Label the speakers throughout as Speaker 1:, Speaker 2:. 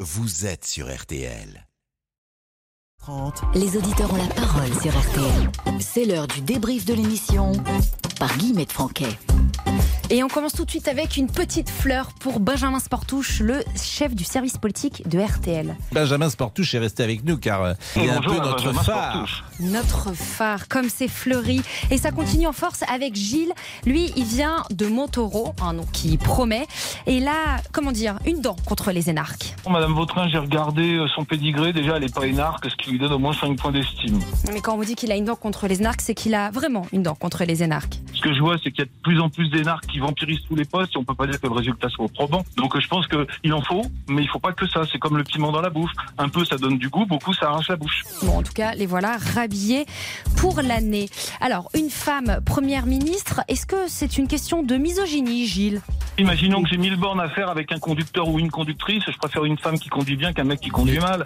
Speaker 1: vous êtes sur RTL. 30.
Speaker 2: Les auditeurs ont la parole sur RTL. C'est l'heure du débrief de l'émission par Guillemette Franquet.
Speaker 3: Et on commence tout de suite avec une petite fleur pour Benjamin Sportouche, le chef du service politique de RTL.
Speaker 4: Benjamin Sportouche est resté avec nous car euh, il est un peu notre phare.
Speaker 3: Notre phare, comme c'est fleuri. Et ça continue en force avec Gilles. Lui, il vient de Montaureau, un nom qui promet. Et là, comment dire, une dent contre les énarques.
Speaker 5: Bon, Madame Vautrin, j'ai regardé euh, son pédigré. Déjà, elle n'est pas énarque, ce qui lui donne au moins 5 points d'estime.
Speaker 3: Mais quand on vous dit qu'il a une dent contre les énarques, c'est qu'il a vraiment une dent contre les énarques.
Speaker 5: Ce que je vois, c'est qu'il y a de plus en plus d'énarques qui vampirisent tous les postes et on peut pas dire que le résultat soit probant. Donc euh, je pense qu'il en faut, mais il faut pas que ça. C'est comme le piment dans la bouche. Un peu, ça donne du goût, beaucoup, ça arrache la bouche.
Speaker 3: Bon, en tout cas, les voilà rhabillés pour l'année. Alors, une femme première ministre, est-ce que c'est une question de misogynie, Gilles
Speaker 5: Imaginons que j'ai 1000 bornes à faire avec un conducteur ou une conductrice. Je préfère une femme qui conduit bien qu'un mec qui conduit mal.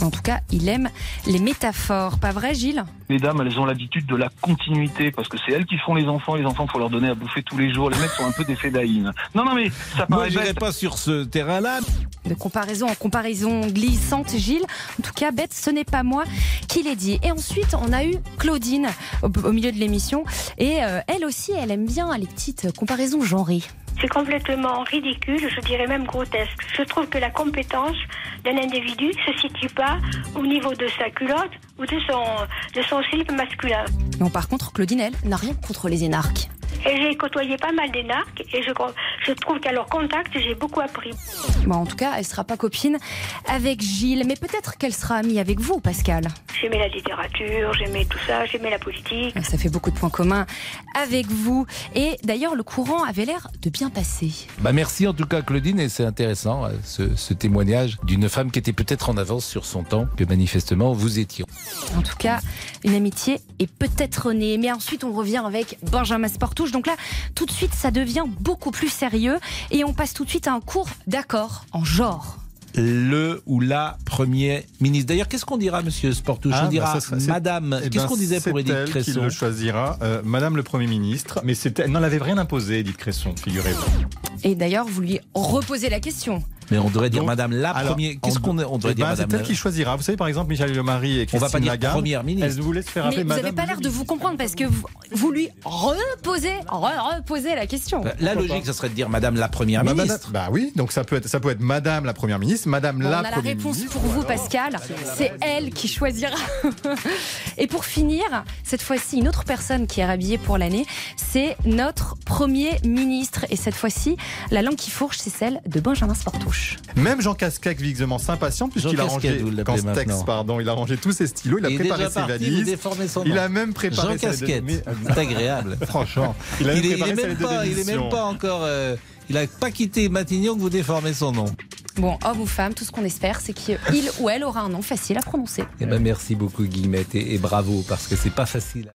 Speaker 3: En tout cas, il aime les métaphores. Pas vrai, Gilles
Speaker 5: Les dames, elles ont l'habitude de la continuité parce que c'est elles qui font les enfants. Les enfants, faut leur donner à bouffer tous les jours. Les mecs sont un peu des fédaïnes. Non, non, mais ça
Speaker 4: Moi,
Speaker 5: paraît
Speaker 4: j'irai
Speaker 5: bête.
Speaker 4: pas sur ce terrain-là.
Speaker 3: De comparaison en comparaison glissante, Gilles. En tout cas, bête, ce n'est pas moi qui l'ai dit. Et ensuite, on a eu Claudine au, au milieu de l'émission. Et euh, elle aussi, elle aime bien les petites comparaisons genrées.
Speaker 6: C'est complètement ridicule, je dirais même grotesque. Je trouve que la compétence d'un individu se situe pas au niveau de sa culotte ou de son, de son slip masculin.
Speaker 3: Non, par contre, Claudine, elle, n'a rien contre les énarques.
Speaker 6: Et j'ai côtoyé pas mal d'énarques et je, crois- je trouve qu'à leur contact, j'ai beaucoup appris.
Speaker 3: Bon, en tout cas, elle sera pas copine avec Gilles. Mais peut-être qu'elle sera amie avec vous, Pascal.
Speaker 6: J'aimais la littérature, j'aimais tout ça, j'aimais la politique.
Speaker 3: Ça fait beaucoup de points communs avec vous. Et d'ailleurs, le courant avait l'air de bien passer.
Speaker 4: Bah merci en tout cas Claudine et c'est intéressant euh, ce, ce témoignage d'une femme qui était peut-être en avance sur son temps que manifestement vous étiez.
Speaker 3: En tout cas, une amitié est peut-être née. Mais ensuite, on revient avec Benjamin Sportouche. Donc là, tout de suite, ça devient beaucoup plus sérieux. Et on passe tout de suite à un cours d'accord en genre.
Speaker 4: Le ou la premier ministre. D'ailleurs qu'est-ce qu'on dira Monsieur Sportouche
Speaker 7: Ah,
Speaker 4: On
Speaker 7: bah,
Speaker 4: dira
Speaker 7: ça sera- c'est-
Speaker 4: Madame.
Speaker 7: Eh
Speaker 4: Qu'est-ce
Speaker 7: ben,
Speaker 4: qu'on disait pour
Speaker 7: c'est
Speaker 4: Édith
Speaker 7: elle qui
Speaker 4: Cresson
Speaker 7: le choisira, euh, Madame le Premier ministre. Mais c'était, elle n'en avait rien imposé, Edith Cresson, figurez-vous.
Speaker 3: Et d'ailleurs, vous lui reposez la question.
Speaker 4: Mais on devrait dire
Speaker 7: Donc,
Speaker 4: Madame la
Speaker 7: alors,
Speaker 4: première. Qu'est-ce
Speaker 7: on-
Speaker 4: qu'on on devrait
Speaker 7: Eh
Speaker 4: dire
Speaker 7: ben,
Speaker 4: Madame
Speaker 7: C'est elle
Speaker 4: la-
Speaker 7: qui choisira. Vous savez, par exemple, Michel Lemarry et
Speaker 4: On
Speaker 7: Christine
Speaker 4: va pas dire
Speaker 7: Lagarde.
Speaker 4: première ministre.
Speaker 7: Elles voulaient se faire
Speaker 3: Mais
Speaker 7: appeler
Speaker 3: vous
Speaker 7: Madame.
Speaker 3: n'avez pas l'air de
Speaker 7: le
Speaker 3: vous comprendre parce que vous, vous lui reposez, re- reposez la question.
Speaker 4: Bah, La logique, ce serait de dire Madame la première
Speaker 7: Bah, madame-
Speaker 4: ministre.
Speaker 7: bah oui, donc ça peut être ça peut être Madame la Première ministre, Madame
Speaker 3: Bon,
Speaker 7: la
Speaker 3: on a la
Speaker 7: Premier
Speaker 3: réponse
Speaker 7: ministre.
Speaker 3: pour vous, Pascal. C'est elle qui choisira. Et pour finir, cette fois-ci, une autre personne qui est rhabillée pour l'année, c'est notre Premier ministre. Et cette fois-ci, la langue qui fourche, c'est celle de Benjamin Sportouche.
Speaker 7: Même Jean Cascac visiblement s'impatiente puisqu'il
Speaker 4: Jean
Speaker 7: a
Speaker 4: Casquette,
Speaker 7: rangé
Speaker 4: vous l'appelez
Speaker 7: Castex,
Speaker 4: maintenant.
Speaker 7: pardon, il a rangé tous ses stylos, il a
Speaker 4: Il est
Speaker 7: préparé
Speaker 4: déjà
Speaker 7: ses
Speaker 4: parti, vous
Speaker 7: valises.
Speaker 4: déformez son nom.
Speaker 7: Il a même préparé
Speaker 4: Jean
Speaker 7: sa lettre de-
Speaker 4: Casquette,
Speaker 7: mais-
Speaker 4: c'est agréable, franchement.
Speaker 7: Il a même
Speaker 4: est- est,
Speaker 7: préparé sa
Speaker 4: même
Speaker 7: lettre de
Speaker 4: pas, il est
Speaker 7: démission.
Speaker 4: même pas encore. euh, il a pas quitté Matignon que vous déformez son nom.
Speaker 3: Bon, homme ou femme, tout ce qu'on espère, c'est qu'il ou elle aura un nom facile à prononcer.
Speaker 4: Eh ben, merci beaucoup Guillemette et, et bravo parce que c'est pas facile.